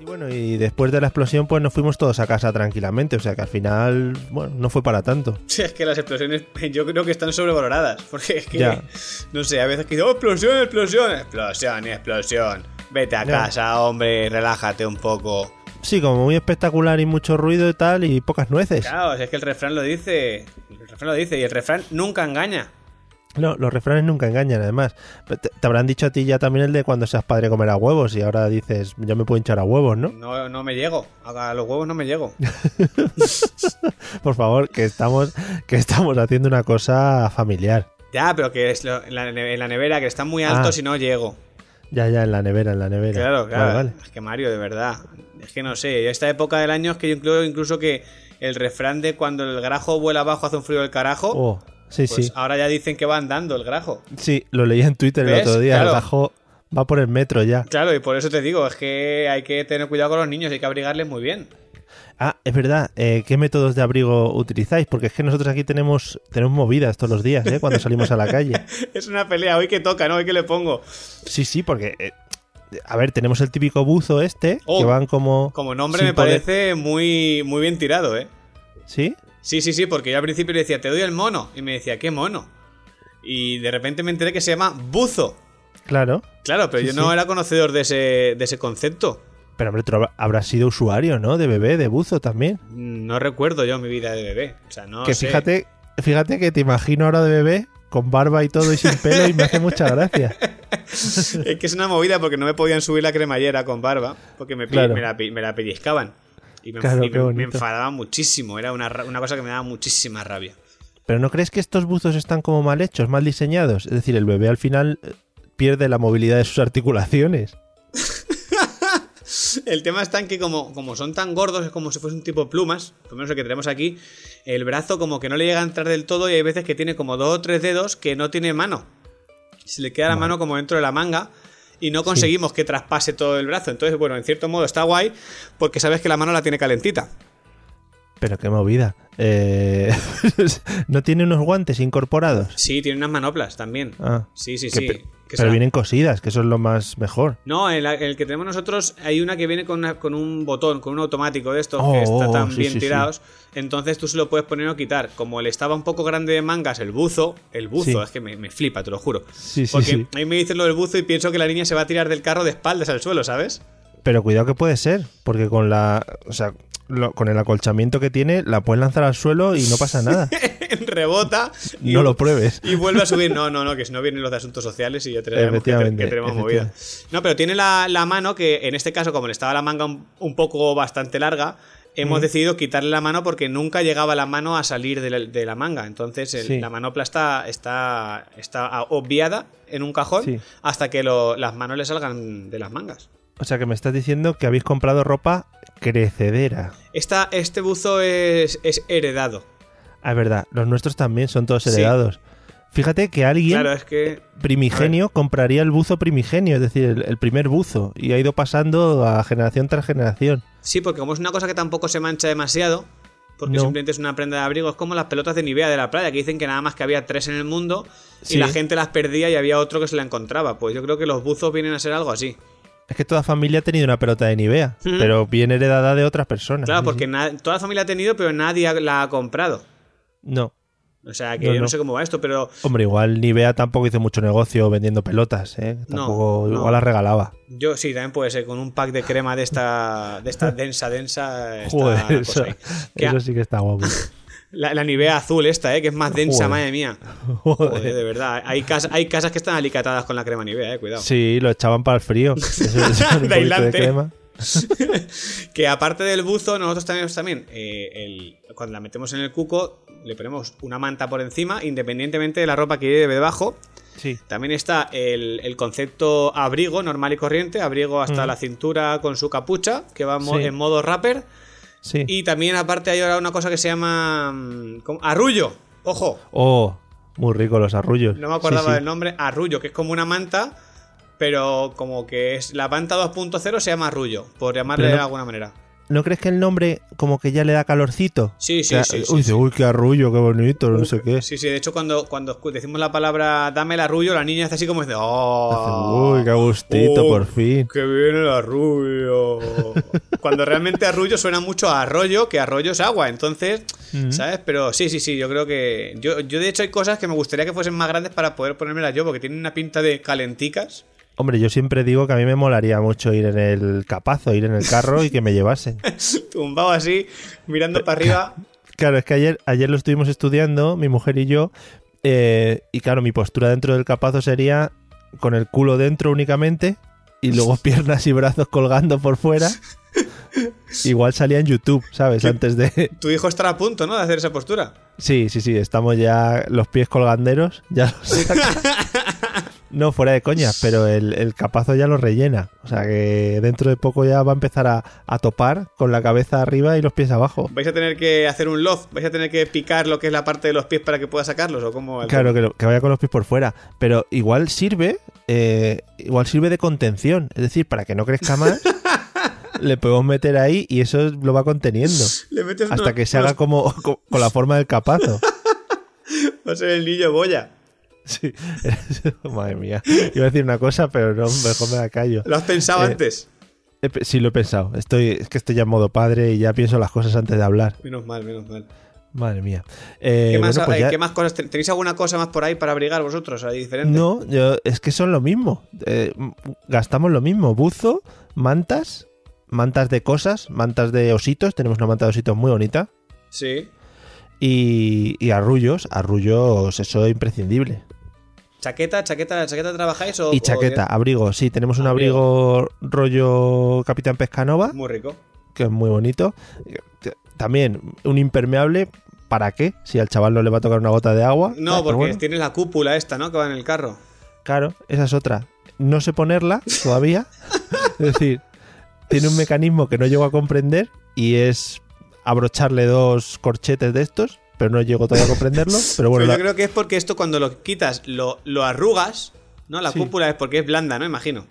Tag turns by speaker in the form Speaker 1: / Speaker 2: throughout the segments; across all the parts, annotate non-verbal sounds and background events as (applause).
Speaker 1: Y bueno, y después de la explosión, pues nos fuimos todos a casa tranquilamente. O sea que al final, bueno, no fue para tanto.
Speaker 2: O sea, (laughs) es que las explosiones yo creo que están sobrevaloradas. Porque es que,
Speaker 1: Ya.
Speaker 2: no sé, a veces que oh, explosión, explosión, explosión, explosión. Vete a
Speaker 1: Ya.
Speaker 2: casa, hombre, relájate un poco.
Speaker 1: Sí, como muy espectacular y mucho ruido y tal, y pocas nueces.
Speaker 2: Claro, si es que el refrán lo dice. El refrán lo dice y el refrán nunca engaña.
Speaker 1: No, los refranes nunca engañan, además. Pero Te, te habrán dicho a ti ya también el de cuando seas padre comerá huevos y ahora dices, yo me puedo hinchar a huevos, ¿no? (laughs)
Speaker 2: No, no me llego. A los huevos no me llego.
Speaker 1: Por favor, que estamos, que estamos haciendo una cosa familiar.
Speaker 2: Ya, pero que es lo- en, la, neve- en la nevera, que está muy alto
Speaker 1: Ah.
Speaker 2: si no llego.
Speaker 1: Ya, ya, en la nevera, en la nevera.
Speaker 2: Claro,
Speaker 1: Vale,
Speaker 2: claro.
Speaker 1: vale.
Speaker 2: Es que Mario, de verdad. Es que no sé. Esta época del año es que yo creo incluso que el refrán de cuando el grajo vuela abajo hace un frío del carajo.
Speaker 1: Oh, sí,
Speaker 2: pues
Speaker 1: sí.
Speaker 2: ahora ya dicen que va andando el grajo.
Speaker 1: Sí, lo leí en Twitter
Speaker 2: ¿Ves?
Speaker 1: el otro día.
Speaker 2: Claro.
Speaker 1: El bajo va por el metro ya.
Speaker 2: Claro, y por eso te digo, es que hay que tener cuidado con los niños, hay que abrigarles muy bien. (laughs)
Speaker 1: Ah, es verdad. eh, ¿Qué métodos de abrigo utilizáis? Porque es que nosotros aquí tenemos, tenemos movidas todos los días, ¿eh? Cuando salimos a la
Speaker 2: (laughs)
Speaker 1: calle.
Speaker 2: Es una pelea, hoy que toca, ¿no? Hoy que le pongo.
Speaker 1: Sí, sí, porque... eh, a ver, tenemos el típico buzo este,
Speaker 2: Oh,
Speaker 1: que van como...
Speaker 2: Como nombre
Speaker 1: sin
Speaker 2: me
Speaker 1: poder-
Speaker 2: parece muy, muy bien tirado, ¿eh?
Speaker 1: ¿Sí?
Speaker 2: Sí, sí, sí, porque yo al principio le decía, te doy el mono. Y me decía, ¿qué mono? Y de repente me enteré que se llama buzo.
Speaker 1: Claro.
Speaker 2: Claro, pero
Speaker 1: Sí,
Speaker 2: yo no
Speaker 1: sí.
Speaker 2: era conocedor de ese, de ese concepto.
Speaker 1: Pero hombre, tú hab- habrás sido usuario, ¿no? De bebé, de buzo también.
Speaker 2: No recuerdo yo mi vida de bebé. O sea, no
Speaker 1: que
Speaker 2: sé.
Speaker 1: fíjate, fíjate que te imagino ahora de bebé con barba y todo y sin pelo y me hace mucha gracia.
Speaker 2: (laughs) Es que es una movida porque no me podían subir la cremallera con barba, porque me, pi-
Speaker 1: Claro.
Speaker 2: me la, pi- me la pellizcaban. Y me,
Speaker 1: Claro,
Speaker 2: y me-
Speaker 1: qué bonito.
Speaker 2: me enfadaba muchísimo. Era una, ra- una cosa que me daba muchísima rabia.
Speaker 1: Pero ¿no crees que estos buzos están como mal hechos, mal diseñados? Es decir, el bebé al final eh, pierde la movilidad de sus articulaciones.
Speaker 2: El tema está en que como, como son tan gordos, es como si fuese un tipo de plumas, por lo menos el que tenemos aquí, el brazo como que no le llega a entrar del todo y hay veces que tiene como dos o tres dedos que no tiene mano. Se le queda la mano como dentro de la manga y no conseguimos que traspase todo el brazo. Entonces, bueno, en cierto modo está guay porque sabes que la mano la tiene calentita.
Speaker 1: Pero qué movida. Eh, (laughs) no tiene unos guantes incorporados.
Speaker 2: Sí, tiene unas manoplas también.
Speaker 1: Ah,
Speaker 2: sí, sí,
Speaker 1: que
Speaker 2: sí.
Speaker 1: pe-
Speaker 2: Que se
Speaker 1: pero
Speaker 2: la-
Speaker 1: vienen cosidas, que eso es lo más mejor.
Speaker 2: No, en, la- en el que tenemos nosotros hay una que viene con, una- con un botón, con un automático de estos que
Speaker 1: Oh,
Speaker 2: está
Speaker 1: oh,
Speaker 2: tan
Speaker 1: sí,
Speaker 2: bien
Speaker 1: sí, sí.
Speaker 2: tirados. Entonces tú se lo puedes poner o quitar. Como le estaba un poco grande de mangas, el buzo, el buzo,
Speaker 1: Sí.
Speaker 2: es que me, me flipa, te lo juro.
Speaker 1: Sí, sí,
Speaker 2: Porque
Speaker 1: sí.
Speaker 2: a mí me dicen lo del buzo y pienso que la niña se va a tirar del carro de espaldas al suelo, ¿sabes? (laughs)
Speaker 1: Pero cuidado que puede ser, porque con la, o sea, lo- con el acolchamiento que tiene, la puedes lanzar al suelo y no pasa
Speaker 2: (laughs)
Speaker 1: nada.
Speaker 2: Rebota y,
Speaker 1: No lo pruebes.
Speaker 2: y vuelve a subir. No, no, no, que si no vienen los de asuntos sociales y ya tenemos, que,
Speaker 1: Efectivamente,
Speaker 2: que tenemos movida.
Speaker 1: efectivamente.
Speaker 2: No, pero tiene la, la mano que en este caso, como le estaba la manga un, un poco bastante larga,
Speaker 1: Mm.
Speaker 2: hemos decidido quitarle la mano porque nunca llegaba la mano a salir de la, de la manga. Entonces el-
Speaker 1: Sí.
Speaker 2: la manopla está, está, está a- obviada en un cajón
Speaker 1: Sí.
Speaker 2: hasta que lo- las manos le salgan de las mangas.
Speaker 1: O sea que me estás diciendo que habéis comprado ropa crecedera.
Speaker 2: Esta, este buzo es, es heredado.
Speaker 1: Ah, es verdad, los nuestros también son todos
Speaker 2: Sí.
Speaker 1: heredados. Fíjate que alguien
Speaker 2: Claro, es que...
Speaker 1: primigenio compraría el buzo primigenio, es decir, el, el primer buzo, y ha ido pasando a generación tras generación.
Speaker 2: Sí, porque como es una cosa que tampoco se mancha demasiado, porque
Speaker 1: No.
Speaker 2: simplemente es una prenda de abrigo, es como las pelotas de Nivea de la playa, que dicen que nada más que había tres en el mundo y
Speaker 1: Sí.
Speaker 2: la gente las perdía y había otro que se la encontraba. Pues yo creo que los buzos vienen a ser algo así.
Speaker 1: Es que toda familia ha tenido una pelota de Nivea,
Speaker 2: Ujú.
Speaker 1: pero bien heredada de otras personas.
Speaker 2: Claro,
Speaker 1: Sí,
Speaker 2: porque
Speaker 1: sí.
Speaker 2: na- toda la familia ha tenido, pero nadie ha- la ha comprado.
Speaker 1: No.
Speaker 2: O sea, que
Speaker 1: No,
Speaker 2: yo no
Speaker 1: no.
Speaker 2: sé cómo va esto, pero
Speaker 1: Hombre, igual Nivea tampoco hizo mucho negocio vendiendo pelotas, ¿eh?
Speaker 2: No,
Speaker 1: Tampoco,
Speaker 2: no.
Speaker 1: igual las regalaba.
Speaker 2: yo sí, también puede ser con un pack de
Speaker 1: (laughs)
Speaker 2: crema de esta, de esta densa, densa. está la
Speaker 1: Joder,
Speaker 2: cosa
Speaker 1: eso,
Speaker 2: ahí. Que a- (laughs)
Speaker 1: eso sí que está guapo. (laughs)
Speaker 2: La, la nivea azul esta, ¿eh? que es más densa,
Speaker 1: Joder.
Speaker 2: madre mía.
Speaker 1: Joder.
Speaker 2: Joder, de verdad. Hay, cas- hay casas que están alicatadas con la crema nivea, eh, cuidado.
Speaker 1: Sí, lo echaban para el
Speaker 2: (laughs)
Speaker 1: frío. Eso, eso, un poquito de
Speaker 2: Adelante.
Speaker 1: crema.
Speaker 2: que aparte del buzo, nosotros también, también eh, el- cuando la metemos en el cuco, le ponemos una manta por encima, independientemente de la ropa que lleve debajo.
Speaker 1: Sí.
Speaker 2: También está el, el concepto abrigo normal y corriente, abrigo hasta la cintura con su capucha, que va mo-
Speaker 1: Sí.
Speaker 2: en modo rapper.
Speaker 1: Sí.
Speaker 2: Y también aparte hay ahora una cosa que se llama mm, ¿cómo? arrullo. Ojo,
Speaker 1: Oh, muy rico los arrullos.
Speaker 2: no me acordaba
Speaker 1: Sí, sí.
Speaker 2: del nombre, arrullo, que es como una manta, pero como que es la manta 2.0 se llama arrullo, por llamarle
Speaker 1: Pero no-
Speaker 2: de alguna manera.
Speaker 1: ¿No crees que el nombre como que ya le da calorcito?
Speaker 2: Sí, sí,
Speaker 1: O sea,
Speaker 2: sí,
Speaker 1: uy,
Speaker 2: sí,
Speaker 1: dice,
Speaker 2: sí.
Speaker 1: uy, qué arrullo, qué bonito, no sé qué.
Speaker 2: Sí, sí, de hecho cuando, cuando escu- decimos la palabra dame el arrullo, la niña está así como dice, "Oh,
Speaker 1: Uy, qué gustito,
Speaker 2: oh,
Speaker 1: por fin.
Speaker 2: ¡Qué bien el arrullo!
Speaker 1: (laughs)
Speaker 2: Cuando realmente arrullo suena mucho a arroyo, que arroyo es agua, entonces,
Speaker 1: Mm.
Speaker 2: ¿sabes? Pero sí, sí, sí, yo creo que. Yo, yo de hecho hay cosas que me gustaría que fuesen más grandes para poder ponérmelas yo, porque tienen una pinta de calenticas. (laughs)
Speaker 1: Hombre, yo siempre digo que a mí me molaría mucho ir en el capazo, ir en el carro y que me
Speaker 2: (laughs)
Speaker 1: llevasen.
Speaker 2: Tumbado así, mirando para arriba.
Speaker 1: Claro, es que ayer, ayer lo estuvimos estudiando, mi mujer y yo, eh, y claro, mi postura dentro del capazo sería con el culo dentro únicamente y
Speaker 2: (laughs)
Speaker 1: luego piernas y brazos colgando por fuera. Igual salía en YouTube, ¿sabes? Antes de...
Speaker 2: Tu hijo estará a punto, ¿no? De hacer esa postura.
Speaker 1: Sí, sí, sí, estamos ya los pies colganderos, ya los saca. No, fuera de coña, pero el, el capazo ya lo rellena. O sea que dentro de poco ya va a empezar a, a topar con la cabeza arriba y los pies abajo.
Speaker 2: Vais a tener que hacer un loft, vais a tener que picar lo que es la parte de los pies para que pueda sacarlos, o como.
Speaker 1: Claro, que, lo- que vaya con los pies por fuera. Pero igual sirve, eh, igual sirve de contención. Es decir, para que no crezca más, le podemos meter ahí y eso lo va conteniendo.
Speaker 2: Le metes
Speaker 1: Hasta
Speaker 2: unos-
Speaker 1: que se haga
Speaker 2: unos-
Speaker 1: como, co- con la forma del capazo.
Speaker 2: Va a ser el niño boya.
Speaker 1: Sí. (laughs) Madre mía. Iba a decir una cosa, pero no, mejor me la callo.
Speaker 2: Lo has pensado
Speaker 1: Eh,
Speaker 2: antes.
Speaker 1: He pe- Sí, lo he pensado. Estoy, es que estoy ya en modo padre y ya pienso las cosas antes de hablar.
Speaker 2: Menos mal, menos mal.
Speaker 1: Madre mía. Eh,
Speaker 2: ¿Qué, más,
Speaker 1: bueno, pues
Speaker 2: eh,
Speaker 1: ya-
Speaker 2: qué más cosas? ten- ¿Tenéis alguna cosa más por ahí para abrigar vosotros? ¿Hay diferente?
Speaker 1: No, yo, es que son lo mismo. Eh, m- gastamos lo mismo. Buzo, mantas, mantas de cosas, mantas de ositos. Tenemos una manta de ositos muy bonita.
Speaker 2: Sí.
Speaker 1: Y, y arrullos, arrullos, eso es imprescindible.
Speaker 2: ¿Chaqueta, chaqueta, chaqueta trabajáis o.?
Speaker 1: Y
Speaker 2: o-
Speaker 1: chaqueta, abrigo, sí, tenemos un abrigo rollo Capitán Pescanova,
Speaker 2: Muy rico.
Speaker 1: que es muy bonito. Eh, También un impermeable, ¿para qué? Si al chaval no le va a tocar una gota de agua. Ah,
Speaker 2: No,
Speaker 1: pero
Speaker 2: porque
Speaker 1: bueno.
Speaker 2: tiene la cúpula esta, ¿no? Que va en el carro.
Speaker 1: Claro, esa es otra. No sé ponerla
Speaker 2: (laughs)
Speaker 1: todavía. es decir, tiene un mecanismo que no llego a comprender y es abrocharle dos corchetes de estos, pero no llego todavía a
Speaker 2: (laughs)
Speaker 1: comprenderlo. Pero bueno,
Speaker 2: Pero
Speaker 1: la-
Speaker 2: yo creo que es porque esto cuando lo quitas, lo, lo arrugas, ¿no? La
Speaker 1: Sí.
Speaker 2: cúpula es porque es blanda, ¿no? Imagino.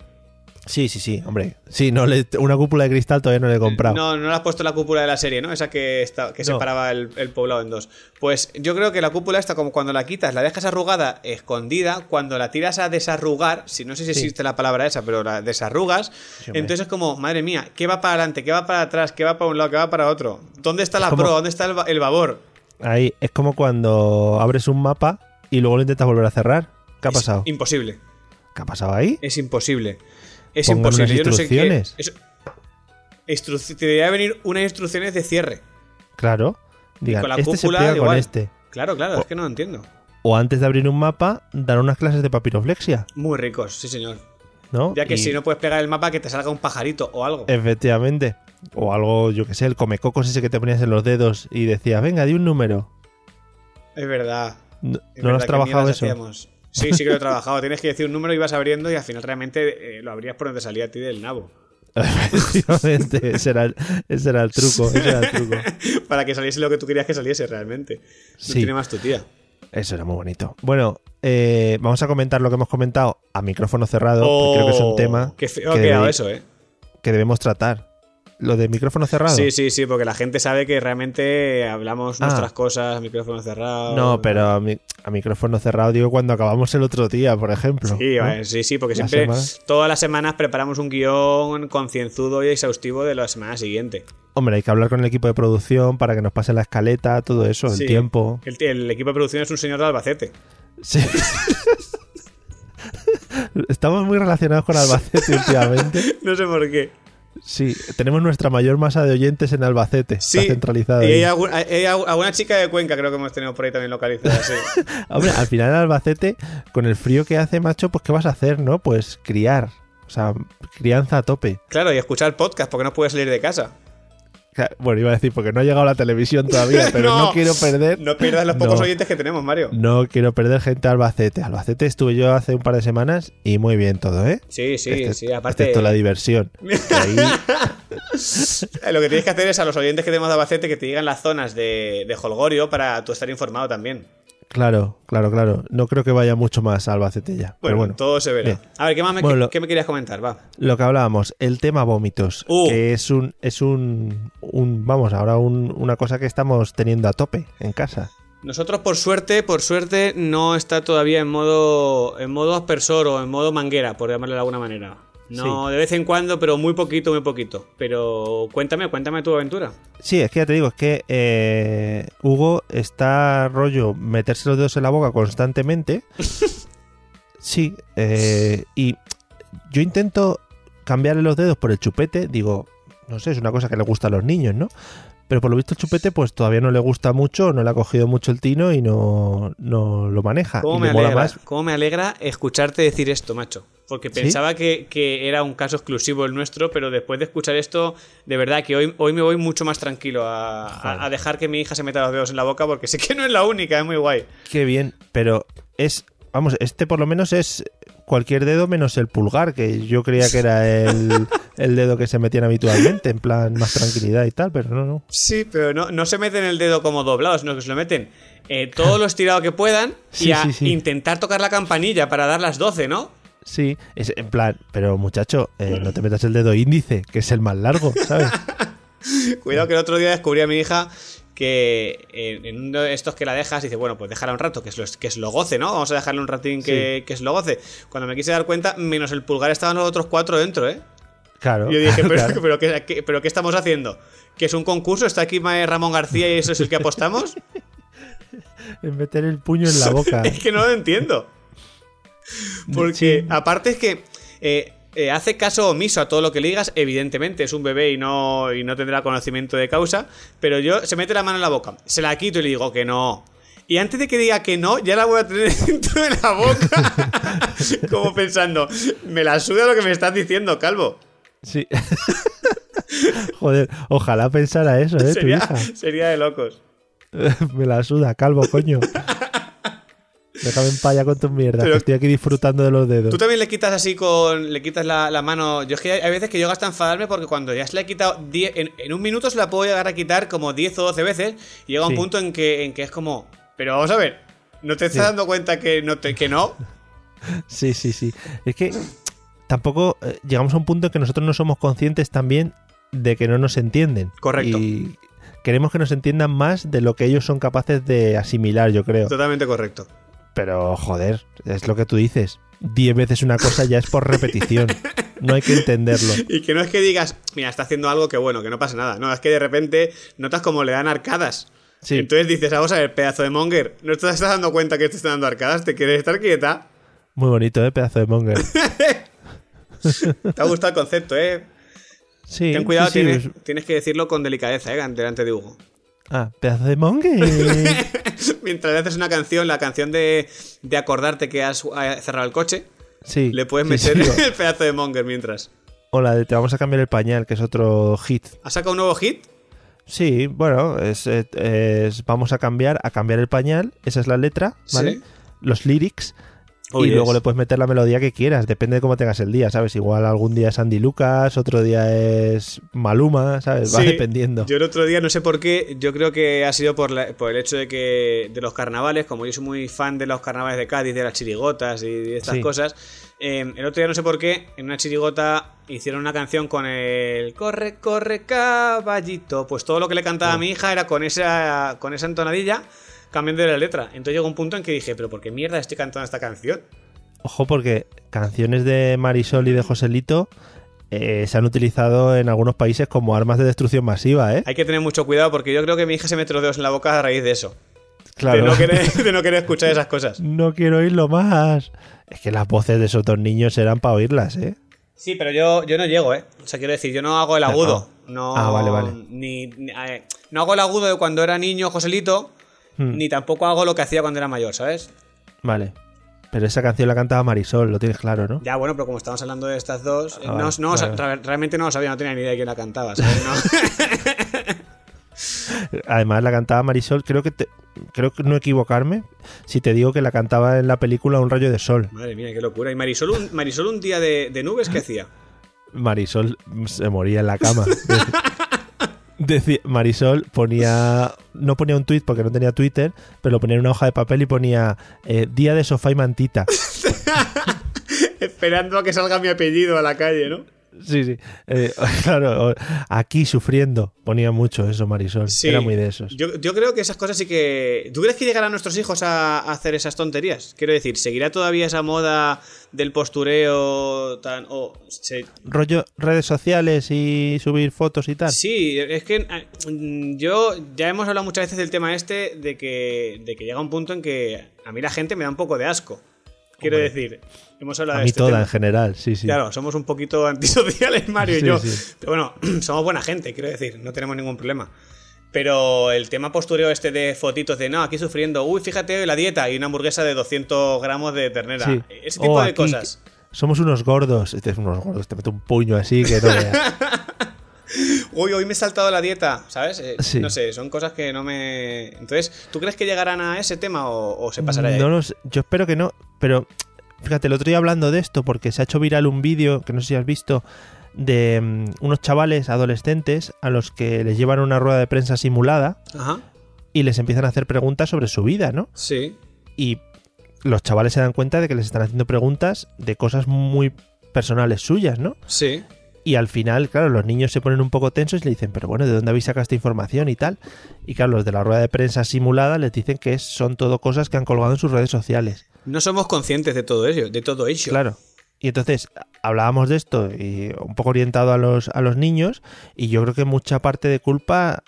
Speaker 1: sí, sí, sí, hombre. Sí, no le, una cúpula de cristal todavía no le he comprado.
Speaker 2: No, no le has puesto la cúpula de la serie, ¿no? Esa que, está, que
Speaker 1: No.
Speaker 2: separaba el, el poblado en dos. Pues yo creo que la cúpula está como cuando la quitas, la dejas arrugada, escondida, cuando la tiras a desarrugar, si no sé si
Speaker 1: Sí.
Speaker 2: existe la palabra esa, pero la desarrugas,
Speaker 1: hombre.
Speaker 2: entonces es como, madre mía, ¿qué va para adelante? ¿Qué va para atrás? ¿Qué va para un lado? ¿Qué va para otro? ¿Dónde está la
Speaker 1: como-
Speaker 2: proa? ¿Dónde está el, va- el babor?
Speaker 1: Ahí es como cuando abres un mapa y luego lo intentas volver a cerrar. ¿Qué ha
Speaker 2: Es
Speaker 1: pasado?
Speaker 2: imposible.
Speaker 1: ¿Qué ha pasado ahí?
Speaker 2: Es imposible. Es
Speaker 1: Pongan
Speaker 2: imposible.
Speaker 1: unas
Speaker 2: Yo no sé qué.
Speaker 1: instrucciones.
Speaker 2: eso- instru- te debería venir unas instrucciones de cierre.
Speaker 1: Claro. Digan,
Speaker 2: con la
Speaker 1: este se
Speaker 2: cúpula
Speaker 1: pega con
Speaker 2: igual.
Speaker 1: este.
Speaker 2: Claro, claro, es que no lo entiendo.
Speaker 1: O antes de abrir un mapa, dar unas clases de papiroflexia,
Speaker 2: Muy ricos, sí señor.
Speaker 1: ¿no?
Speaker 2: Ya que
Speaker 1: Y- Eh,
Speaker 2: si no puedes pegar el mapa, que te salga un pajarito o algo.
Speaker 1: Efectivamente. O algo, yo que sé, el comecocos ese que te ponías en los dedos y decías, venga, di un número.
Speaker 2: Es verdad.
Speaker 1: No,
Speaker 2: Es
Speaker 1: no lo
Speaker 2: verdad
Speaker 1: has
Speaker 2: que
Speaker 1: trabajado
Speaker 2: mierdas
Speaker 1: eso.
Speaker 2: hacíamos. Sí, sí que lo he trabajado. Tienes que decir un número y vas abriendo y al final realmente eh, lo abrías por donde salía a ti del nabo.
Speaker 1: (laughs)
Speaker 2: (laughs)
Speaker 1: Efectivamente, ese era, el, ese era el truco. Ese era el truco.
Speaker 2: Para que saliese lo que tú querías que saliese realmente. No
Speaker 1: Sí.
Speaker 2: tiene más tu tía.
Speaker 1: Eso era muy bonito. Bueno, eh, vamos a comentar lo que hemos comentado a micrófono cerrado.
Speaker 2: Oh,
Speaker 1: porque creo que es un tema
Speaker 2: Qué feo ha
Speaker 1: que,
Speaker 2: quedado
Speaker 1: debe-
Speaker 2: eso, ¿eh?
Speaker 1: que debemos tratar. Lo de micrófono cerrado.
Speaker 2: Sí, sí, sí, porque la gente sabe que realmente hablamos
Speaker 1: Ah.
Speaker 2: nuestras cosas, micrófono cerrado.
Speaker 1: No, pero a, mi- a micrófono cerrado digo cuando acabamos el otro día, por ejemplo.
Speaker 2: Sí,
Speaker 1: ¿no?
Speaker 2: vale, eh, sí, sí, porque
Speaker 1: Las
Speaker 2: siempre,
Speaker 1: semanas.
Speaker 2: todas las semanas preparamos un guión concienzudo y exhaustivo de la semana siguiente.
Speaker 1: Hombre, hay que hablar con el equipo de producción para que nos pase la escaleta, todo eso,
Speaker 2: Sí.
Speaker 1: el tiempo.
Speaker 2: El, el equipo de producción es un señor de Albacete. (laughs)
Speaker 1: Sí. (laughs) Estamos muy relacionados con Albacete últimamente.
Speaker 2: No sé por qué.
Speaker 1: Sí, tenemos nuestra mayor masa de oyentes en Albacete.
Speaker 2: Sí,
Speaker 1: está centralizada.
Speaker 2: y hay,
Speaker 1: ahí.
Speaker 2: algu- hay- hay algu- alguna chica de Cuenca creo que hemos tenido por ahí también localizada, sí.
Speaker 1: (laughs) Hombre, al final en Albacete, con el frío que hace, macho, pues ¿qué vas a hacer, no? Pues criar. O sea, crianza a tope.
Speaker 2: Claro, y escuchar podcast porque no puedes salir de casa.
Speaker 1: O sea, Bueno, iba a decir, porque no ha llegado la televisión todavía,
Speaker 2: (laughs)
Speaker 1: pero no, quiero perder.
Speaker 2: No pierdas los pocos
Speaker 1: No.
Speaker 2: oyentes que tenemos, Mario.
Speaker 1: No quiero perder gente a Albacete. Albacete estuve yo hace un par de semanas y muy bien todo, ¿eh?
Speaker 2: Sí, sí,
Speaker 1: Except-
Speaker 2: sí. Aparte,
Speaker 1: Excepto la
Speaker 2: (laughs)
Speaker 1: diversión. Que ahí-
Speaker 2: eh, lo que tienes que hacer es a los oyentes que tenemos de Albacete que te digan las zonas de, de Holgorio para tú estar informado también.
Speaker 1: claro, claro, claro. No creo que vaya mucho más a Albacete ya.
Speaker 2: Bueno,
Speaker 1: pero bueno,
Speaker 2: todo se verá.
Speaker 1: bien.
Speaker 2: A ver, ¿qué más me,
Speaker 1: Bueno,
Speaker 2: qué-
Speaker 1: lo-
Speaker 2: qué me querías comentar? Va.
Speaker 1: Lo que hablábamos, el tema vómitos,
Speaker 2: Uh.
Speaker 1: que es un, es un, un- vamos, ahora un- una cosa que estamos teniendo a tope en casa.
Speaker 2: Nosotros, por suerte, por suerte, no está todavía en modo, en modo aspersor o en modo manguera, por llamarle de alguna manera. No, de vez en cuando, pero muy poquito, muy poquito. Pero cuéntame, cuéntame tu aventura.
Speaker 1: Sí, es que ya te digo, es que eh, Hugo está rollo meterse los dedos en la boca
Speaker 2: (laughs)
Speaker 1: constantemente. sí, eh, y yo intento cambiarle los dedos por el chupete, digo, no sé, es una cosa que le gusta a los niños, ¿no? Pero por lo visto el chupete pues todavía no le gusta mucho, no le ha cogido mucho el tino y no, no lo maneja.
Speaker 2: ¿Cómo
Speaker 1: Ah, y
Speaker 2: me,
Speaker 1: le mola
Speaker 2: alegra,
Speaker 1: más
Speaker 2: cómo me alegra escucharte decir esto, macho? Porque
Speaker 1: ¿Sí?
Speaker 2: pensaba que, que era un caso exclusivo el nuestro, pero después de escuchar esto, de verdad que hoy, hoy me voy mucho más tranquilo a, a- a dejar que mi hija se meta los dedos en la boca, porque sé que no es la única, es muy guay.
Speaker 1: Qué bien, pero es, vamos, este por lo menos es cualquier dedo menos el pulgar, que yo creía que era el,
Speaker 2: (laughs)
Speaker 1: el dedo que se metían habitualmente, en plan más tranquilidad y tal, pero no, no.
Speaker 2: Sí, pero no, no se meten el dedo como doblado, sino que se lo meten eh, todo lo estirado que puedan y
Speaker 1: Sí,
Speaker 2: a
Speaker 1: sí, sí.
Speaker 2: intentar tocar la campanilla para dar las 12, ¿no?
Speaker 1: Sí, es en plan, pero muchacho, eh, no te metas el dedo índice, que es el más largo,
Speaker 2: (laughs)
Speaker 1: ¿sabes?
Speaker 2: Cuidado que el otro día descubrí a mi hija que en, en uno de estos que la dejas dice, bueno, pues déjala un rato, que es lo, que es lo goce, ¿no? Vamos a dejarle un ratín que, que es lo goce. Cuando me quise dar cuenta, menos el pulgar estaban los otros cuatro dentro, ¿eh?
Speaker 1: Claro. (laughs)
Speaker 2: Yo dije, pero,
Speaker 1: claro.
Speaker 2: pero ¿qué, qué- pero ¿qué estamos haciendo? ¿Que es un concurso? ¿Está aquí Mae Ramón García y eso es el que apostamos?
Speaker 1: meter el puño en la boca.
Speaker 2: Es que no lo entiendo. Porque
Speaker 1: Sí.
Speaker 2: aparte es que eh, eh, hace caso omiso a todo lo que le digas, evidentemente es un bebé y no, y no tendrá conocimiento de causa, pero yo se mete la mano en la boca, se la quito y le digo que no. Y antes de que diga que no, ya la voy a tener (laughs) dentro de la boca. (laughs) Como pensando, me la suda lo que me estás diciendo, calvo.
Speaker 1: Sí. (laughs) Joder, ojalá pensara eso, ¿eh? tu
Speaker 2: Sería,
Speaker 1: hija. (laughs)
Speaker 2: sería de locos.
Speaker 1: Me la suda, calvo,
Speaker 2: (laughs)
Speaker 1: coño. Déjame en paya con tus mierdas,
Speaker 2: Pero-
Speaker 1: que estoy aquí disfrutando de los dedos.
Speaker 2: Tú también le quitas así con. Le quitas la, la mano. Yo es que hay hay veces que yo gasto a enfadarme porque cuando ya se la he quitado. 10 en, en un minuto se la puedo llegar a quitar como 10 o 12 veces. Y llega
Speaker 1: Sí.
Speaker 2: un punto en que, en que es como. Pero vamos a ver. ¿No te estás
Speaker 1: Sí.
Speaker 2: dando cuenta que no? Te,
Speaker 1: (laughs)
Speaker 2: que no?
Speaker 1: Sí, sí, sí. Es que tampoco eh, llegamos a un punto en que nosotros no somos conscientes también de que no nos entienden.
Speaker 2: Correcto.
Speaker 1: Y queremos que nos entiendan más de lo que ellos son capaces de asimilar, yo creo.
Speaker 2: Totalmente correcto.
Speaker 1: Pero joder, es lo que tú dices. Diez veces una cosa ya es por repetición. No hay que entenderlo.
Speaker 2: Y que no es que digas, mira, está haciendo algo que bueno, que no pasa nada. No, es que de repente notas como le dan arcadas.
Speaker 1: Sí.
Speaker 2: Entonces dices, vamos a ver, pedazo de monger, ¿no te estás dando cuenta que te están dando arcadas? ¿Te quieres estar quieta?
Speaker 1: Muy bonito, ¿eh? Pedazo de monger.
Speaker 2: Te ha gustado el concepto, ¿eh?
Speaker 1: (laughs) Sí.
Speaker 2: Ten cuidado,
Speaker 1: sí, sí,
Speaker 2: tienes,
Speaker 1: es-
Speaker 2: tienes que decirlo con delicadeza, ¿eh? Delante de Hugo.
Speaker 1: Ah, pedazo de monger.
Speaker 2: (laughs) Mientras le haces una canción, la canción de, de acordarte que has eh, cerrado el coche,
Speaker 1: Sí.
Speaker 2: le puedes
Speaker 1: sí,
Speaker 2: meter
Speaker 1: sí.
Speaker 2: (laughs) el pedazo de Monger mientras.
Speaker 1: O la de te vamos a cambiar el pañal, que es otro hit
Speaker 2: ¿Has sacado un nuevo hit?
Speaker 1: Sí, bueno, es, eh, es- vamos a cambiar, a cambiar el pañal, esa es la letra, ¿vale?
Speaker 2: Sí.
Speaker 1: Los lyrics.
Speaker 2: Oh,
Speaker 1: y
Speaker 2: yes.
Speaker 1: luego le puedes meter la melodía que quieras, depende de cómo tengas el día, ¿sabes? Igual algún día es Andy Lucas, otro día es Maluma, ¿sabes? (laughs) Va
Speaker 2: Sí.
Speaker 1: dependiendo.
Speaker 2: Yo el otro día, no sé por qué, yo creo que ha sido por, la- por el hecho de que de los carnavales, como yo soy muy fan de los carnavales de Cádiz, de las chirigotas y de estas
Speaker 1: Sí.
Speaker 2: cosas, eh, el otro día, no sé por qué, en una chirigota hicieron una canción con el Corre, corre, caballito. Pues todo lo que le cantaba a
Speaker 1: Oh.
Speaker 2: mi hija era con esa, con esa entonadilla, cambiando la letra. Entonces llegó un punto en que dije, pero ¿por qué mierda estoy cantando esta canción?
Speaker 1: Ojo porque canciones de Marisol y de Joselito eh, se han utilizado en algunos países como armas de destrucción masiva, ¿eh?
Speaker 2: Hay que tener mucho cuidado porque yo creo que mi hija se mete los dedos en la boca a raíz de eso.
Speaker 1: Claro.
Speaker 2: De,
Speaker 1: (laughs)
Speaker 2: no querer, (laughs) de no querer escuchar esas cosas.
Speaker 1: No quiero oírlo más. Es que las voces de esos dos niños eran para oírlas, ¿eh?
Speaker 2: Sí, pero yo, yo no llego, ¿eh? O sea, quiero decir, yo no hago el agudo. No,
Speaker 1: Ah, vale, vale.
Speaker 2: Ni, ni- a ver, no hago el agudo de cuando era niño Joselito,
Speaker 1: Hmm.
Speaker 2: ni tampoco hago lo que hacía cuando era mayor, ¿sabes?
Speaker 1: Vale. Pero esa canción la cantaba Marisol, lo tienes claro,
Speaker 2: (laughs)
Speaker 1: ¿no?
Speaker 2: Ya, bueno, pero como estamos hablando de estas dos,
Speaker 1: Ah,
Speaker 2: eh, no,
Speaker 1: vale,
Speaker 2: no, o sea,
Speaker 1: vale.
Speaker 2: ra- realmente no lo sabía, no tenía ni idea de quién la cantaba, ¿sabes? No. (laughs)
Speaker 1: Además la cantaba Marisol, creo que te- creo que no equivocarme si te digo que la cantaba en la película Un rayo de sol.
Speaker 2: Madre mía, qué locura. ¿Y Marisol un, Marisol un día de, de nubes qué hacía?
Speaker 1: Marisol se moría en la cama. Decía- Marisol ponía no ponía un tweet porque no tenía Twitter, pero lo ponía en una hoja de papel y ponía eh, día de sofá y mantita.
Speaker 2: (laughs) Esperando a que salga mi apellido a la calle, ¿no?
Speaker 1: Sí, sí. Eh, (laughs) claro, o- aquí sufriendo ponía mucho eso Marisol.
Speaker 2: Sí.
Speaker 1: Era muy de esos.
Speaker 2: Yo, yo creo que esas cosas sí que. ¿Tú crees que llegarán nuestros hijos a, a hacer esas tonterías? Quiero decir, ¿seguirá todavía esa moda del postureo tan. o se-
Speaker 1: Rollo redes sociales y subir fotos y tal.
Speaker 2: Sí, es que ah, mm, yo ya hemos hablado muchas veces del tema este de que, de que llega un punto en que a mí la gente me da un poco de asco. Quiero
Speaker 1: Hombre.
Speaker 2: decir, hemos hablado
Speaker 1: A
Speaker 2: de
Speaker 1: mí
Speaker 2: este
Speaker 1: toda
Speaker 2: tema.
Speaker 1: en general, sí, sí.
Speaker 2: Claro, somos un poquito (laughs) antisociales, Mario
Speaker 1: Sí,
Speaker 2: y yo.
Speaker 1: sí.
Speaker 2: Pero bueno, (clears throat) somos buena gente, quiero decir, no tenemos ningún problema. Pero el tema postureo este de fotitos de no, aquí sufriendo, uy, fíjate la dieta y una hamburguesa de 200 gramos de ternera.
Speaker 1: Sí.
Speaker 2: Ese
Speaker 1: O
Speaker 2: tipo de
Speaker 1: aquí
Speaker 2: cosas.
Speaker 1: Somos unos gordos. Este es unos gordos, te meto un puño así que
Speaker 2: (laughs)
Speaker 1: no veas.
Speaker 2: Uy, hoy me he saltado la dieta, ¿sabes? Eh,
Speaker 1: Sí.
Speaker 2: No sé, son cosas que no me. Entonces, ¿tú crees que llegarán a ese tema o, o se pasará ya?
Speaker 1: No lo sé. Yo espero que no, pero fíjate, el otro día hablando de esto, porque se ha hecho viral un vídeo que no sé si has visto de mm, unos chavales adolescentes a los que les llevan una rueda de prensa simulada
Speaker 2: Ajá.
Speaker 1: y les empiezan a hacer preguntas sobre su vida, ¿no?
Speaker 2: Sí.
Speaker 1: y los chavales se dan cuenta de que les están haciendo preguntas de cosas muy personales suyas, ¿no?
Speaker 2: Sí.
Speaker 1: Y al final, claro, los niños se ponen un poco tensos y le dicen, pero bueno, ¿de dónde habéis sacado esta información y tal? Y claro, los de la rueda de prensa simulada les dicen que es- son todo cosas que han colgado en sus redes sociales.
Speaker 2: No somos conscientes de todo ello, de todo ello.
Speaker 1: Claro. Y entonces hablábamos de esto y un poco orientado a los, a los niños y yo creo que mucha parte de culpa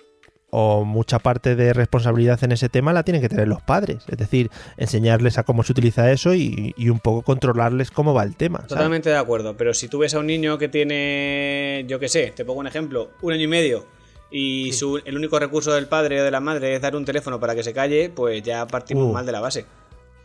Speaker 1: o mucha parte de responsabilidad en ese tema la tienen que tener los padres. Es decir, enseñarles a cómo se utiliza eso y, y un poco controlarles cómo va el tema. ¿sabes?
Speaker 2: Totalmente de acuerdo, pero si tú ves a un niño que tiene, yo qué sé, te pongo un ejemplo, un año y medio y su- el único recurso del padre o de la madre es dar un teléfono para que se calle, pues ya partimos
Speaker 1: Uh.
Speaker 2: mal de la base.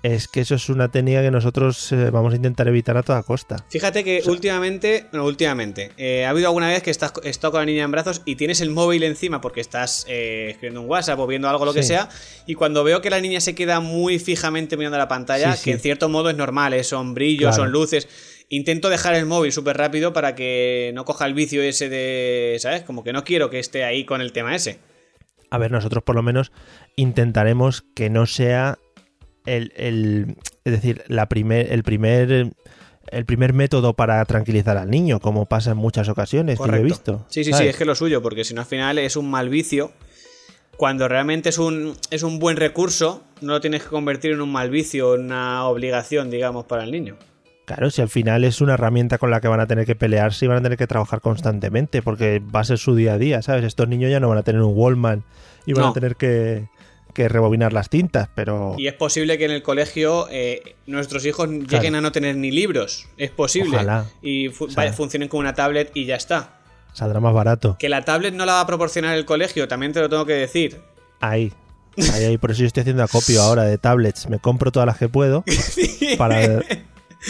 Speaker 1: Es que eso es una técnica que nosotros eh, vamos a intentar evitar a toda costa.
Speaker 2: Fíjate que últimamente, bueno, últimamente, eh, ha habido alguna vez que estás, he estado con la niña en brazos y tienes el móvil encima porque estás eh, escribiendo un WhatsApp o viendo algo, lo que
Speaker 1: Sí.
Speaker 2: sea, y cuando veo que la niña se queda muy fijamente mirando la pantalla,
Speaker 1: Sí, sí.
Speaker 2: que en cierto modo es normal, eh, son brillos,
Speaker 1: Claro.
Speaker 2: son luces, intento dejar el móvil súper rápido para que no coja el vicio ese de, ¿sabes? Como que no quiero que esté ahí con el tema ese.
Speaker 1: A ver, nosotros por lo menos intentaremos que no sea el, el- es decir, la primer, el primer el primer método para tranquilizar al niño, como pasa en muchas ocasiones que yo he visto.
Speaker 2: Sí, sí, sí,
Speaker 1: ¿sabes?
Speaker 2: es que es lo suyo, porque si no al final es un mal vicio. Cuando realmente es un, es un buen recurso, no lo tienes que convertir en un mal vicio, en una obligación, digamos, para el niño.
Speaker 1: Claro, si al final es una herramienta con la que van a tener que pelearse y van a tener que trabajar constantemente, porque va a ser su día a día, ¿sabes? Estos niños ya no van a tener un Wallman y van
Speaker 2: No.
Speaker 1: a tener que, que rebobinar las tintas, pero
Speaker 2: Y es posible que en el colegio eh, nuestros hijos lleguen
Speaker 1: Claro.
Speaker 2: a no tener ni libros. Es posible.
Speaker 1: Ojalá.
Speaker 2: Y fu-
Speaker 1: Ojalá.
Speaker 2: vaya, funcionen con una tablet y ya está.
Speaker 1: saldrá más barato.
Speaker 2: Que la tablet no la va a proporcionar el colegio, también te lo tengo que decir.
Speaker 1: Ahí. Ahí, ahí. Por eso yo estoy haciendo acopio ahora de tablets. Me compro todas las que
Speaker 2: (laughs)
Speaker 1: puedo para,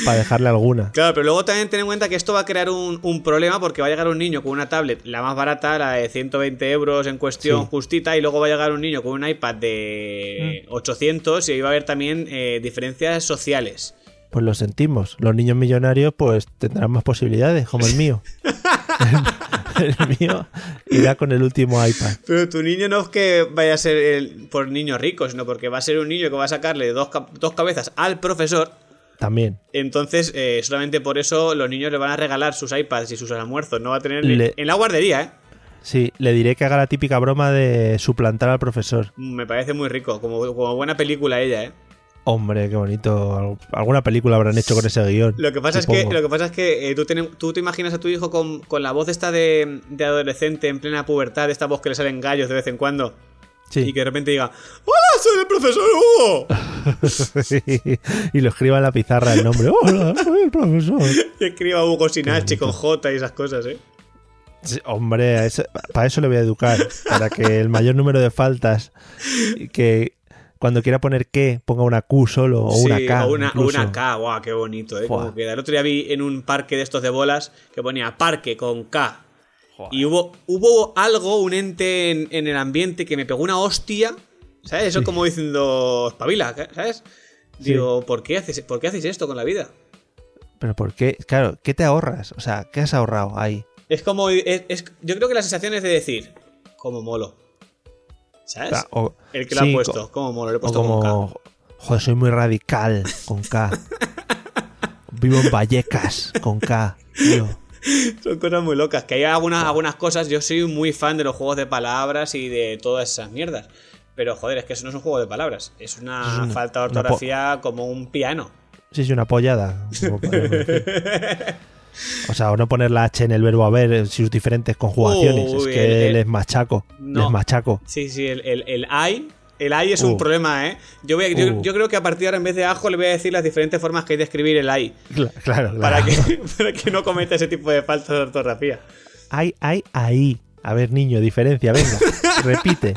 Speaker 1: para dejarle alguna.
Speaker 2: Claro, pero luego también ten en cuenta que esto va a crear un, un problema porque va a llegar un niño con una tablet, la más barata, la de 120 euros en cuestión
Speaker 1: Sí.
Speaker 2: justita, y luego va a llegar un niño con un iPad de 800 y ahí va a haber también eh, diferencias sociales.
Speaker 1: Pues lo sentimos. Los niños millonarios pues tendrán más posibilidades, como el
Speaker 2: (laughs)
Speaker 1: mío. el, mío irá con el último iPad.
Speaker 2: Pero tu niño no es que vaya a ser el- por niño rico, sino porque va a ser un niño que va a sacarle dos, cap- dos cabezas al profesor.
Speaker 1: También.
Speaker 2: Entonces, eh, solamente por eso los niños le van a regalar sus iPads y sus almuerzos. No va a tener ni-
Speaker 1: Le-
Speaker 2: en la guardería, ¿eh?
Speaker 1: Sí, le diré que haga la típica broma de suplantar al profesor.
Speaker 2: Me parece muy rico, como, como buena película ella, ¿eh?
Speaker 1: Hombre, qué bonito. Al- Alguna película habrán hecho con ese guión.
Speaker 2: Lo que pasa es que,
Speaker 1: supongo.
Speaker 2: lo que, pasa es que eh, tú, ten- tú te imaginas a tu hijo con, con la voz esta de, de adolescente en plena pubertad, esta voz que le salen gallos de vez en cuando.
Speaker 1: Sí. (laughs)
Speaker 2: Y que de repente diga, ¡Hola, soy el profesor Hugo! (laughs)
Speaker 1: y lo escriba en la pizarra el nombre. (laughs) Hola, soy el profesor.
Speaker 2: y escriba Hugo sin H, con J y esas cosas, ¿eh?
Speaker 1: Sí, hombre, a eso- para eso le voy a educar. Para que el mayor número de faltas y que cuando quiera poner que ponga una Q solo o una
Speaker 2: Sí,
Speaker 1: K.
Speaker 2: O una, o
Speaker 1: incluso.
Speaker 2: una K, guau, qué bonito, ¿eh?
Speaker 1: Buah.
Speaker 2: Como queda. El otro día vi en un parque de estos de bolas que ponía parque con K.
Speaker 1: Joder.
Speaker 2: Y hubo, hubo algo, un ente en, en el ambiente que me pegó una hostia, ¿sabes? Eso como diciendo, espabila, ¿sabes? Digo, ¿por, qué haces, ¿por qué haces esto con la vida?
Speaker 1: Pero ¿por qué? Claro, ¿qué te ahorras? O sea, ¿qué has ahorrado ahí?
Speaker 2: Es como, es- es- yo creo que la sensación es de decir, como molo. ¿Sabes?
Speaker 1: O sea, o-
Speaker 2: el que lo ha
Speaker 1: sí,
Speaker 2: puesto, como molo, lo he
Speaker 1: O
Speaker 2: puesto con K.
Speaker 1: como, joder, soy muy radical con
Speaker 2: (laughs)
Speaker 1: K. Vivo en Vallecas con K. tío.
Speaker 2: (laughs) Son cosas muy locas. Que hay algunas, algunas cosas. Yo soy muy fan de los juegos de palabras y de todas esas mierdas. Pero joder, es que eso no es un juego de palabras. Es una,
Speaker 1: Es una-
Speaker 2: falta de
Speaker 1: una po-
Speaker 2: ortografía como un piano.
Speaker 1: Sí, sí, una pollada.
Speaker 2: (laughs)
Speaker 1: como podríamos decir. O sea, o no poner la H en el verbo haber, en sus diferentes conjugaciones.
Speaker 2: Uy,
Speaker 1: es que
Speaker 2: el- eh,
Speaker 1: les machaco.
Speaker 2: No.
Speaker 1: Les machaco.
Speaker 2: Sí, sí, el, el, el I. El I es
Speaker 1: Uh.
Speaker 2: un problema, ¿eh? Yo, voy a- yo,
Speaker 1: Uh.
Speaker 2: yo creo que a partir de ahora, en vez de ajo, le voy a decir las diferentes formas que hay de escribir el I.
Speaker 1: Cla- Claro, claro.
Speaker 2: Para que, (laughs) para que no cometa ese tipo de falta de ortografía.
Speaker 1: (laughs) Ay, ay, ahí. A ver, niño, diferencia,
Speaker 2: (laughs)
Speaker 1: venga. Repite.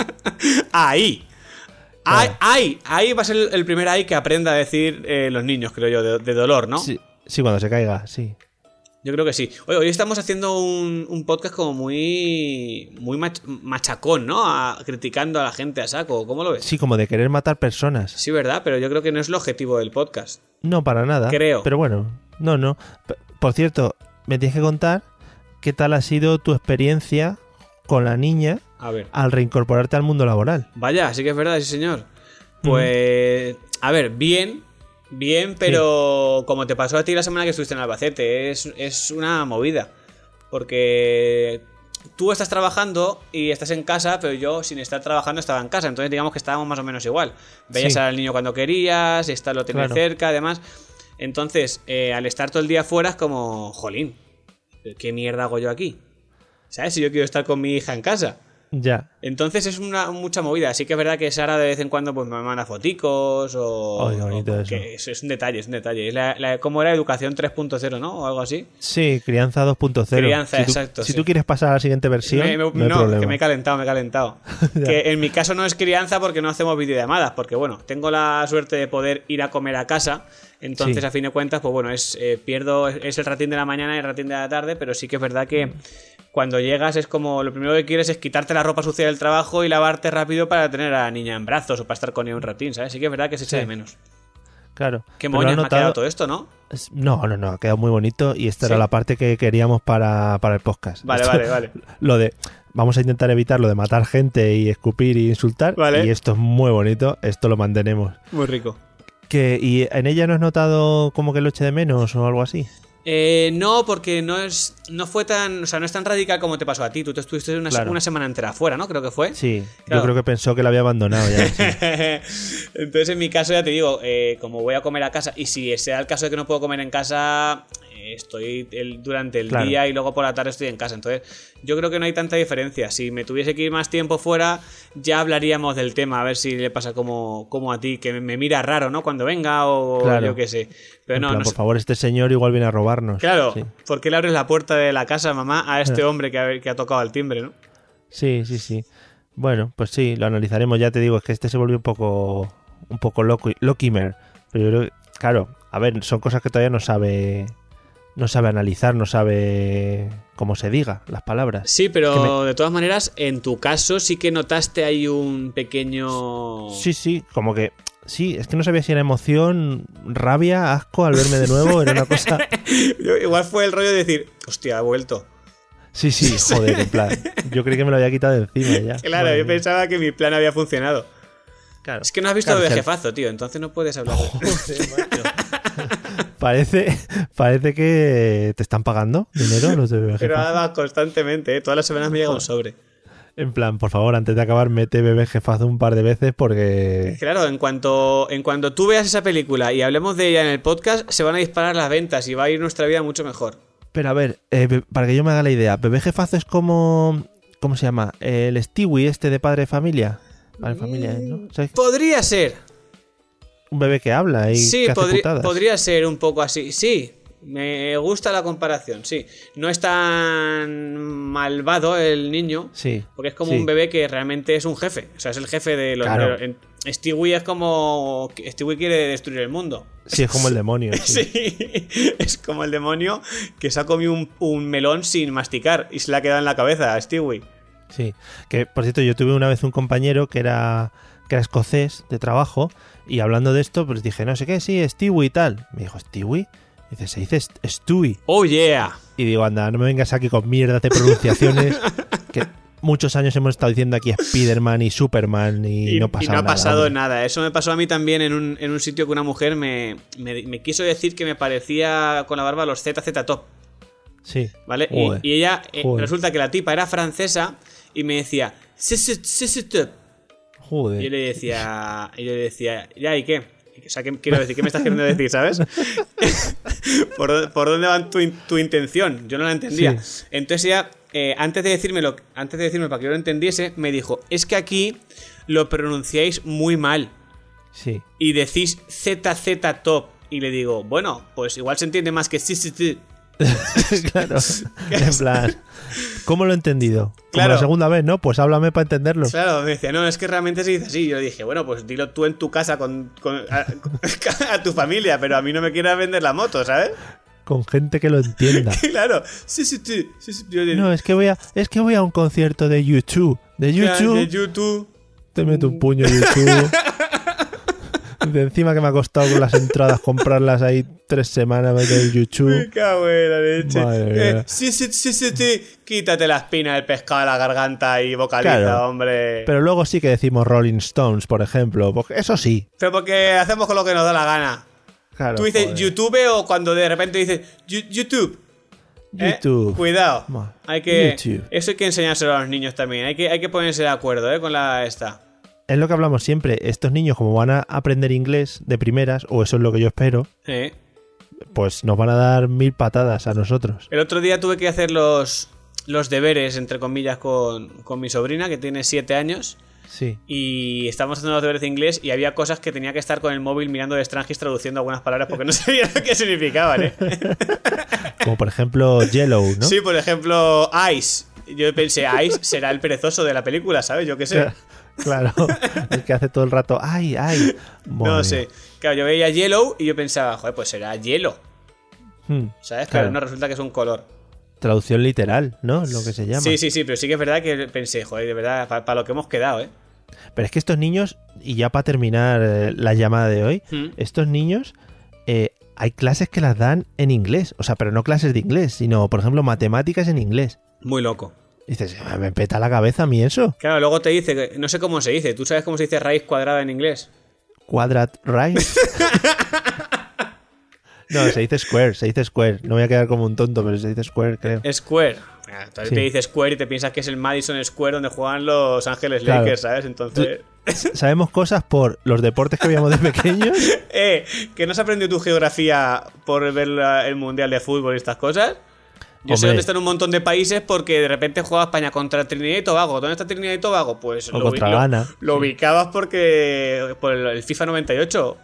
Speaker 2: Ahí. Ahí,
Speaker 1: Claro.
Speaker 2: ahí, ahí va a ser el el primer ahí que aprenda a decir eh, los niños, creo yo, de, de dolor, ¿no?
Speaker 1: Sí, sí, cuando se caiga, sí.
Speaker 2: Yo creo que sí. Oye, hoy estamos haciendo un, un podcast como muy muy mach- machacón, ¿no? A- criticando a la gente a saco. ¿Cómo lo ves?
Speaker 1: Sí, como de querer matar personas.
Speaker 2: Sí, ¿verdad? Pero yo creo que no es el objetivo del podcast.
Speaker 1: No, para nada.
Speaker 2: Creo.
Speaker 1: Pero bueno, no, no. P- Por cierto, me tienes que contar qué tal ha sido tu experiencia con la niña
Speaker 2: A ver.
Speaker 1: al reincorporarte al mundo laboral.
Speaker 2: Vaya, sí que es verdad, sí, señor. Pues, a ver, bien, bien, pero como te pasó a ti la semana que estuviste en Albacete, es, es una movida. Porque tú estás trabajando y estás en casa, pero yo sin estar trabajando estaba en casa, entonces digamos que estábamos más o menos igual. Veías
Speaker 1: Sí.
Speaker 2: al niño cuando querías, esta lo tenías
Speaker 1: Claro.
Speaker 2: cerca, además. Entonces, eh, al estar todo el día fuera es como, jolín, ¿qué mierda hago yo aquí? ¿Sabes? Si yo quiero estar con mi hija en casa.
Speaker 1: Ya.
Speaker 2: Entonces es una mucha movida. Así que es verdad que Sara de vez en cuando pues me manda foticos o.
Speaker 1: Ay, qué bonito
Speaker 2: o
Speaker 1: eso.
Speaker 2: que es, es un detalle, es un detalle. Es la- la- como era educación 3.0, ¿no? O algo así.
Speaker 1: Sí, crianza 2.0.
Speaker 2: Crianza,
Speaker 1: si tú,
Speaker 2: exacto,
Speaker 1: Si
Speaker 2: sí.
Speaker 1: tú quieres pasar a la siguiente versión,
Speaker 2: Me- me-
Speaker 1: no, hay
Speaker 2: no,
Speaker 1: problema.
Speaker 2: que me he calentado, me he calentado.
Speaker 1: (laughs) Ya.
Speaker 2: que en mi caso no es crianza porque no hacemos videollamadas, porque bueno, tengo la suerte de poder ir a comer a casa. Entonces,
Speaker 1: Sí.
Speaker 2: a fin de cuentas, pues bueno, es eh, pierdo, es, es el ratín de la mañana y el ratín de la tarde, pero sí que es verdad que cuando llegas es como lo primero que quieres es quitarte la ropa sucia del trabajo y lavarte rápido para tener a la niña en brazos o para estar con ella un ratín, ¿sabes? Sí que es verdad que se echa
Speaker 1: Sí.
Speaker 2: de menos.
Speaker 1: Claro.
Speaker 2: Qué
Speaker 1: Pero lo
Speaker 2: moñas
Speaker 1: has
Speaker 2: me ha quedado
Speaker 1: notado-
Speaker 2: todo esto, ¿no?
Speaker 1: Es- No, no, no, ha quedado muy bonito y esta
Speaker 2: Sí.
Speaker 1: era la parte que queríamos para, para el podcast.
Speaker 2: Vale,
Speaker 1: Esto-
Speaker 2: vale, vale.
Speaker 1: (laughs) Lo de vamos a intentar evitar lo de matar gente y escupir y insultar.
Speaker 2: Vale.
Speaker 1: Y esto es muy bonito, esto lo mantenemos.
Speaker 2: Muy rico.
Speaker 1: Que, ¿Y en ella no has notado como que lo eche de menos o algo así?
Speaker 2: Eh, no, porque no es. No fue tan. O sea, no es tan radical como te pasó a ti. Tú te estuviste una, se-
Speaker 1: Claro.
Speaker 2: una semana entera afuera, ¿no? Creo que fue.
Speaker 1: Sí,
Speaker 2: Claro.
Speaker 1: yo creo que pensó que la había abandonado ya. sí.
Speaker 2: (laughs) Entonces, en mi caso, ya te digo, eh, como voy a comer a casa, y si sea el caso de que no puedo comer en casa, eh, estoy el- durante el
Speaker 1: Claro.
Speaker 2: día y luego por la tarde estoy en casa. Entonces, yo creo que no hay tanta diferencia. Si me tuviese que ir más tiempo fuera, ya hablaríamos del tema, a ver si le pasa como, como a ti, que me, me mira raro, ¿no? Cuando venga o
Speaker 1: Claro.
Speaker 2: yo qué sé. Pero
Speaker 1: En
Speaker 2: no,
Speaker 1: plan,
Speaker 2: no
Speaker 1: por
Speaker 2: sé.
Speaker 1: favor, este señor igual viene a robarnos.
Speaker 2: Claro,
Speaker 1: Sí, Eh.
Speaker 2: ¿por qué le abres la puerta de la casa, mamá, a este hombre que ha, que ha tocado el timbre, no?
Speaker 1: sí, sí. sí. Bueno, pues sí, lo analizaremos. Ya te digo, es que este se volvió un poco, un poco loco, loquimer. Pero yo creo que- claro, a ver, son cosas que todavía no sabe, no sabe analizar, no sabe cómo se diga las palabras.
Speaker 2: Sí,
Speaker 1: Es
Speaker 2: pero
Speaker 1: que
Speaker 2: de todas maneras, en tu caso sí que notaste ahí un pequeño...
Speaker 1: Sí, sí, como que sí, es que no sabía si era emoción, rabia, asco al verme de nuevo, era una cosa.
Speaker 2: (laughs) Yo- Igual fue el rollo de decir, hostia, ha vuelto.
Speaker 1: Sí, sí, joder, en plan. Yo creí que me lo había quitado de encima ya.
Speaker 2: Claro,
Speaker 1: Madre
Speaker 2: yo
Speaker 1: mía.
Speaker 2: pensaba que mi plan había funcionado.
Speaker 1: Claro.
Speaker 2: Es que no has visto
Speaker 1: Claro,
Speaker 2: de
Speaker 1: se-
Speaker 2: jefazo, tío, entonces no puedes hablar.
Speaker 1: (laughs) Parece, parece que te están pagando dinero los de BBG.
Speaker 2: Pero ahora vas constantemente, ¿eh? todas las semanas me llega un sobre.
Speaker 1: En plan, por favor, antes de acabar, mete BBG Faz un par de veces porque.
Speaker 2: Claro, en cuanto, en cuanto tú veas esa película y hablemos de ella en el podcast, se van a disparar las ventas y va a ir nuestra vida mucho mejor.
Speaker 1: Pero a ver, eh, be- para que yo me haga la idea, BBG Faz es como. ¿Cómo se llama? El Stewie este de padre de familia. Para familias, ¿no? O sea, es
Speaker 2: Podría ser.
Speaker 1: un bebé que habla y
Speaker 2: Sí,
Speaker 1: que hace
Speaker 2: podri-
Speaker 1: putadas.
Speaker 2: podría ser un poco así. Sí, me gusta la comparación, sí. No es tan malvado el niño.
Speaker 1: Sí.
Speaker 2: Porque es como
Speaker 1: sí.
Speaker 2: un bebé que realmente es un jefe. O sea, es el jefe de los.
Speaker 1: Claro.
Speaker 2: de los- en- Stewie es como. Stewie quiere destruir el mundo.
Speaker 1: Sí, es como el
Speaker 2: (laughs)
Speaker 1: demonio. sí.
Speaker 2: Sí, es como el demonio que se ha comido un, un melón sin masticar y se le ha quedado en la cabeza a Stewie.
Speaker 1: Sí, que por cierto, yo tuve una vez un compañero que era, que era escocés de trabajo y hablando de esto, pues dije, no sé qué, sí, Stewie y tal. Me dijo, ¿Stewie? Dice, se dice St- Stewie.
Speaker 2: ¡Oh, yeah!
Speaker 1: Y digo, anda, no me vengas aquí con mierdas de
Speaker 2: (laughs)
Speaker 1: pronunciaciones. que muchos años hemos estado diciendo aquí Spiderman y Superman y, no pasa
Speaker 2: ha
Speaker 1: nada.
Speaker 2: pasado
Speaker 1: hombre.
Speaker 2: nada. Eso me pasó a mí también en un, en un sitio que una mujer me, me- me quiso decir que me parecía con la barba los ZZ Top.
Speaker 1: Sí.
Speaker 2: ¿Vale? Y-
Speaker 1: Joder.
Speaker 2: Y, ella eh,
Speaker 1: Joder.
Speaker 2: resulta que la tipa era francesa y me decía "ZZ ZZ Top.
Speaker 1: Joder.
Speaker 2: Y yo le decía, y yo le decía, ya, ¿y qué? O sea, ¿qué quiero decir? ¿Qué me estás queriendo decir, sabes? (laughs) ¿Por, dó- por dónde va tu, in- tu intención? Yo no la entendía. Entonces ella, eh, antes de decírmelo, antes de decirme para que yo lo entendiese, me dijo, es que aquí lo pronunciáis muy mal
Speaker 1: Sí. (laughs)
Speaker 2: y decís ZZ Top. Y le digo, bueno, pues igual se entiende más que sí, sí,
Speaker 1: (laughs)
Speaker 2: sí. (laughs)
Speaker 1: claro. en plan, ¿cómo lo he entendido? Como
Speaker 2: Claro.
Speaker 1: la segunda vez, ¿no? Pues háblame para entenderlo.
Speaker 2: Claro, me decía, no, es que realmente se dice así. Yo le dije, bueno, pues dilo tú en tu casa con, con- a, (laughs) a tu familia, pero a mí no me quieras vender la moto, ¿sabes? (laughs)
Speaker 1: Con gente que lo entienda.
Speaker 2: claro, sí, sí, sí, sí, sí, yo le-
Speaker 1: No, es que voy a, es que voy a un concierto de YouTube. De
Speaker 2: Ya, de
Speaker 1: YouTube.
Speaker 2: YouTube.
Speaker 1: Te meto un puño
Speaker 2: (laughs)
Speaker 1: YouTube. De encima que me ha costado con las entradas comprarlas ahí tres semanas de
Speaker 2: Me
Speaker 1: YouTube.
Speaker 2: cago en la leche.
Speaker 1: Uh. Madre
Speaker 2: Eh,
Speaker 1: mía.
Speaker 2: sí, sí, sí, sí, sí. Quítate la espina del pescado a la garganta y vocaliza,
Speaker 1: Claro.
Speaker 2: hombre. Pero,
Speaker 1: Pero luego sí que decimos Rolling Stones, por ejemplo. Porque eso sí.
Speaker 2: porque hacemos con lo que nos da la gana.
Speaker 1: Claro,
Speaker 2: Tú dices
Speaker 1: joder.
Speaker 2: YouTube o cuando de repente dices "Yu- YouTube. ¿eh?
Speaker 1: YouTube.
Speaker 2: Cuidado.
Speaker 1: Ma-
Speaker 2: Hay que,
Speaker 1: YouTube.
Speaker 2: Eso hay que enseñárselo a los niños también. Hay que, hay que ponerse de acuerdo ¿eh? con la esta.
Speaker 1: Es lo que hablamos siempre. Estos niños, como van a aprender inglés de primeras, o eso es lo que yo espero,
Speaker 2: ¿eh?
Speaker 1: pues nos van a dar mil patadas a nosotros.
Speaker 2: El otro día tuve que hacer los, los deberes, entre comillas, con, con mi sobrina, que tiene 7 años.
Speaker 1: Sí.
Speaker 2: y estábamos haciendo los deberes de inglés y había cosas que tenía que estar con el móvil mirando de Strangis traduciendo algunas palabras porque no (laughs) sabía lo que significaban, ¿eh?
Speaker 1: Como por ejemplo Yellow, (laughs) ¿no?
Speaker 2: Sí, por ejemplo, Ice. Yo pensé, Ice será el perezoso de la película, ¿sabes? Yo qué sé.
Speaker 1: (laughs)
Speaker 2: (laughs)
Speaker 1: Claro. El que hace todo el rato, ay, ay.
Speaker 2: no
Speaker 1: Madre
Speaker 2: sé. Claro, yo veía Yellow y yo pensaba, joder, pues será hielo,
Speaker 1: Hmm.
Speaker 2: ¿sabes? Claro,
Speaker 1: Claro.
Speaker 2: no resulta que es un color.
Speaker 1: Traducción literal, ¿no? Es lo que se llama.
Speaker 2: Sí, sí, sí, pero sí que es verdad que pensé, joder, de verdad, para lo que hemos quedado, ¿eh?
Speaker 1: Pero es que estos niños, y ya para terminar eh, la llamada de hoy,
Speaker 2: Mm.
Speaker 1: estos niños eh, hay clases que las dan en inglés. O sea, pero no clases de inglés, sino, por ejemplo, matemáticas en inglés.
Speaker 2: Muy loco.
Speaker 1: Y dices, "Ah, me peta la cabeza a mí eso.
Speaker 2: Claro, luego te dice, que- no sé cómo se dice, ¿tú sabes cómo se dice raíz cuadrada en inglés?
Speaker 1: Quadrat
Speaker 2: (laughs)
Speaker 1: right. no, se dice square, se dice square. No voy a quedar como un tonto, pero se dice square, creo.
Speaker 2: Square. Ah, Entonces
Speaker 1: Sí.
Speaker 2: te dice Square y te piensas que es el Madison Square donde juegan los Ángeles
Speaker 1: Claro.
Speaker 2: Lakers, ¿sabes? Entonces.
Speaker 1: Sabemos cosas por los deportes que veíamos de pequeños.
Speaker 2: (laughs) Eh, ¿que no has aprendido tu geografía por ver la- el Mundial de Fútbol y estas cosas? Yo
Speaker 1: Hombre.
Speaker 2: sé dónde están un montón de países porque de repente jugaba España contra Trinidad y Tobago. ¿Dónde está Trinidad y Tobago? Pues
Speaker 1: O
Speaker 2: lo, ubi-
Speaker 1: contra
Speaker 2: lo-
Speaker 1: Ghana.
Speaker 2: lo ubicabas porque por el, el FIFA 98.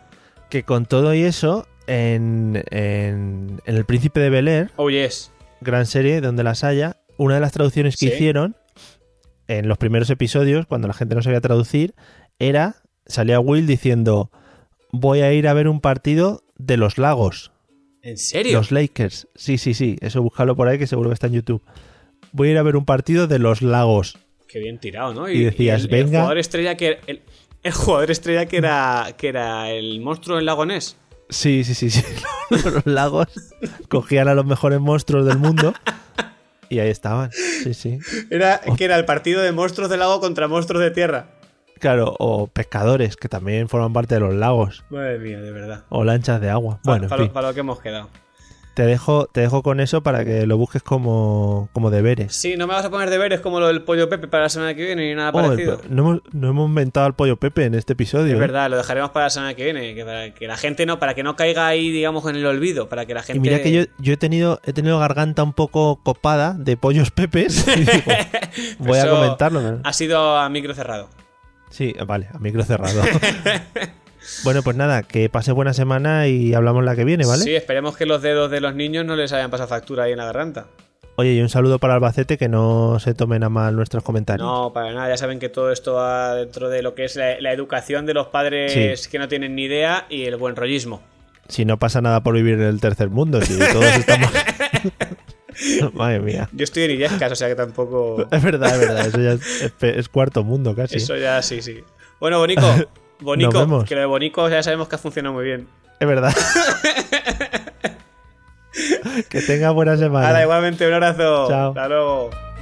Speaker 1: Que con todo y eso, en, en- en El Príncipe de Bel Air,
Speaker 2: Oh, yes.
Speaker 1: gran serie donde las haya, una de las traducciones que
Speaker 2: Sí.
Speaker 1: hicieron en los primeros episodios, cuando la gente no sabía traducir, era, salía Will diciendo, voy a ir a ver un partido de los lagos,
Speaker 2: ¿En serio?
Speaker 1: los Lakers. Sí, sí, sí, eso búscalo por ahí que seguro que está en YouTube. Voy a ir a ver un partido de los lagos.
Speaker 2: Qué bien tirado, ¿no?
Speaker 1: Y decías,
Speaker 2: el, El
Speaker 1: "Venga".
Speaker 2: jugador estrella que era. El, el jugador estrella que era, que era el monstruo en Lagonés.
Speaker 1: Sí, sí, sí, (laughs) sí. los lagos cogían a los mejores monstruos del mundo. Y ahí estaban, sí, sí.
Speaker 2: Era que era el partido de monstruos de lago contra monstruos de tierra.
Speaker 1: Claro, o pescadores, que también forman parte de los lagos,
Speaker 2: Madre mía, de verdad.
Speaker 1: o lanchas de agua. Bueno, en
Speaker 2: para,
Speaker 1: fin.
Speaker 2: lo que hemos quedado.
Speaker 1: Te dejo, te dejo con eso para que lo busques como, como deberes.
Speaker 2: Sí, no me vas a poner deberes como lo del pollo Pepe para la semana que viene ni nada
Speaker 1: Oh, el
Speaker 2: parecido.
Speaker 1: po- no, hemos, no hemos inventado al pollo Pepe en este episodio.
Speaker 2: es
Speaker 1: ¿eh?
Speaker 2: verdad, lo dejaremos para la semana que viene, que para que la gente no, para que no caiga ahí, digamos, en el olvido, para que la gente.
Speaker 1: Y mira que yo, yo he tenido he tenido garganta un poco copada
Speaker 2: (laughs)
Speaker 1: de pollos pepes. (laughs) y digo, voy a
Speaker 2: Eso
Speaker 1: comentarlo. ¿no?
Speaker 2: Ha sido a micro cerrado.
Speaker 1: Sí, vale, a micro cerrado. (laughs) bueno, pues nada, que pase buena semana y hablamos la que viene, ¿vale?
Speaker 2: Sí, esperemos que los dedos de los niños no les hayan pasado factura ahí en la garganta.
Speaker 1: Oye, y un saludo para Albacete, que no se tomen a mal nuestros comentarios.
Speaker 2: No, para nada, ya saben que todo esto va dentro de lo que es la, la educación de los padres que no tienen ni idea y el buen rollismo.
Speaker 1: Si no pasa nada por vivir en el tercer mundo, si todos estamos... (laughs) Madre mía.
Speaker 2: Yo estoy en Illescas, o sea
Speaker 1: (laughs)
Speaker 2: que tampoco...
Speaker 1: Es verdad, es verdad, eso ya es, es pe- es cuarto mundo casi.
Speaker 2: Eso ya sí, sí. Bueno, Bonico,
Speaker 1: (laughs) Nos
Speaker 2: Bonico,
Speaker 1: vemos.
Speaker 2: que lo de Bonico ya sabemos que ha funcionado muy bien.
Speaker 1: ¿eh? Es
Speaker 2: (laughs)
Speaker 1: verdad. que tenga buena semana.
Speaker 2: Nada, igualmente, un abrazo.
Speaker 1: Chao.
Speaker 2: Hasta luego.